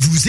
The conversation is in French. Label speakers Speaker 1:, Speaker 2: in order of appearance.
Speaker 1: Vous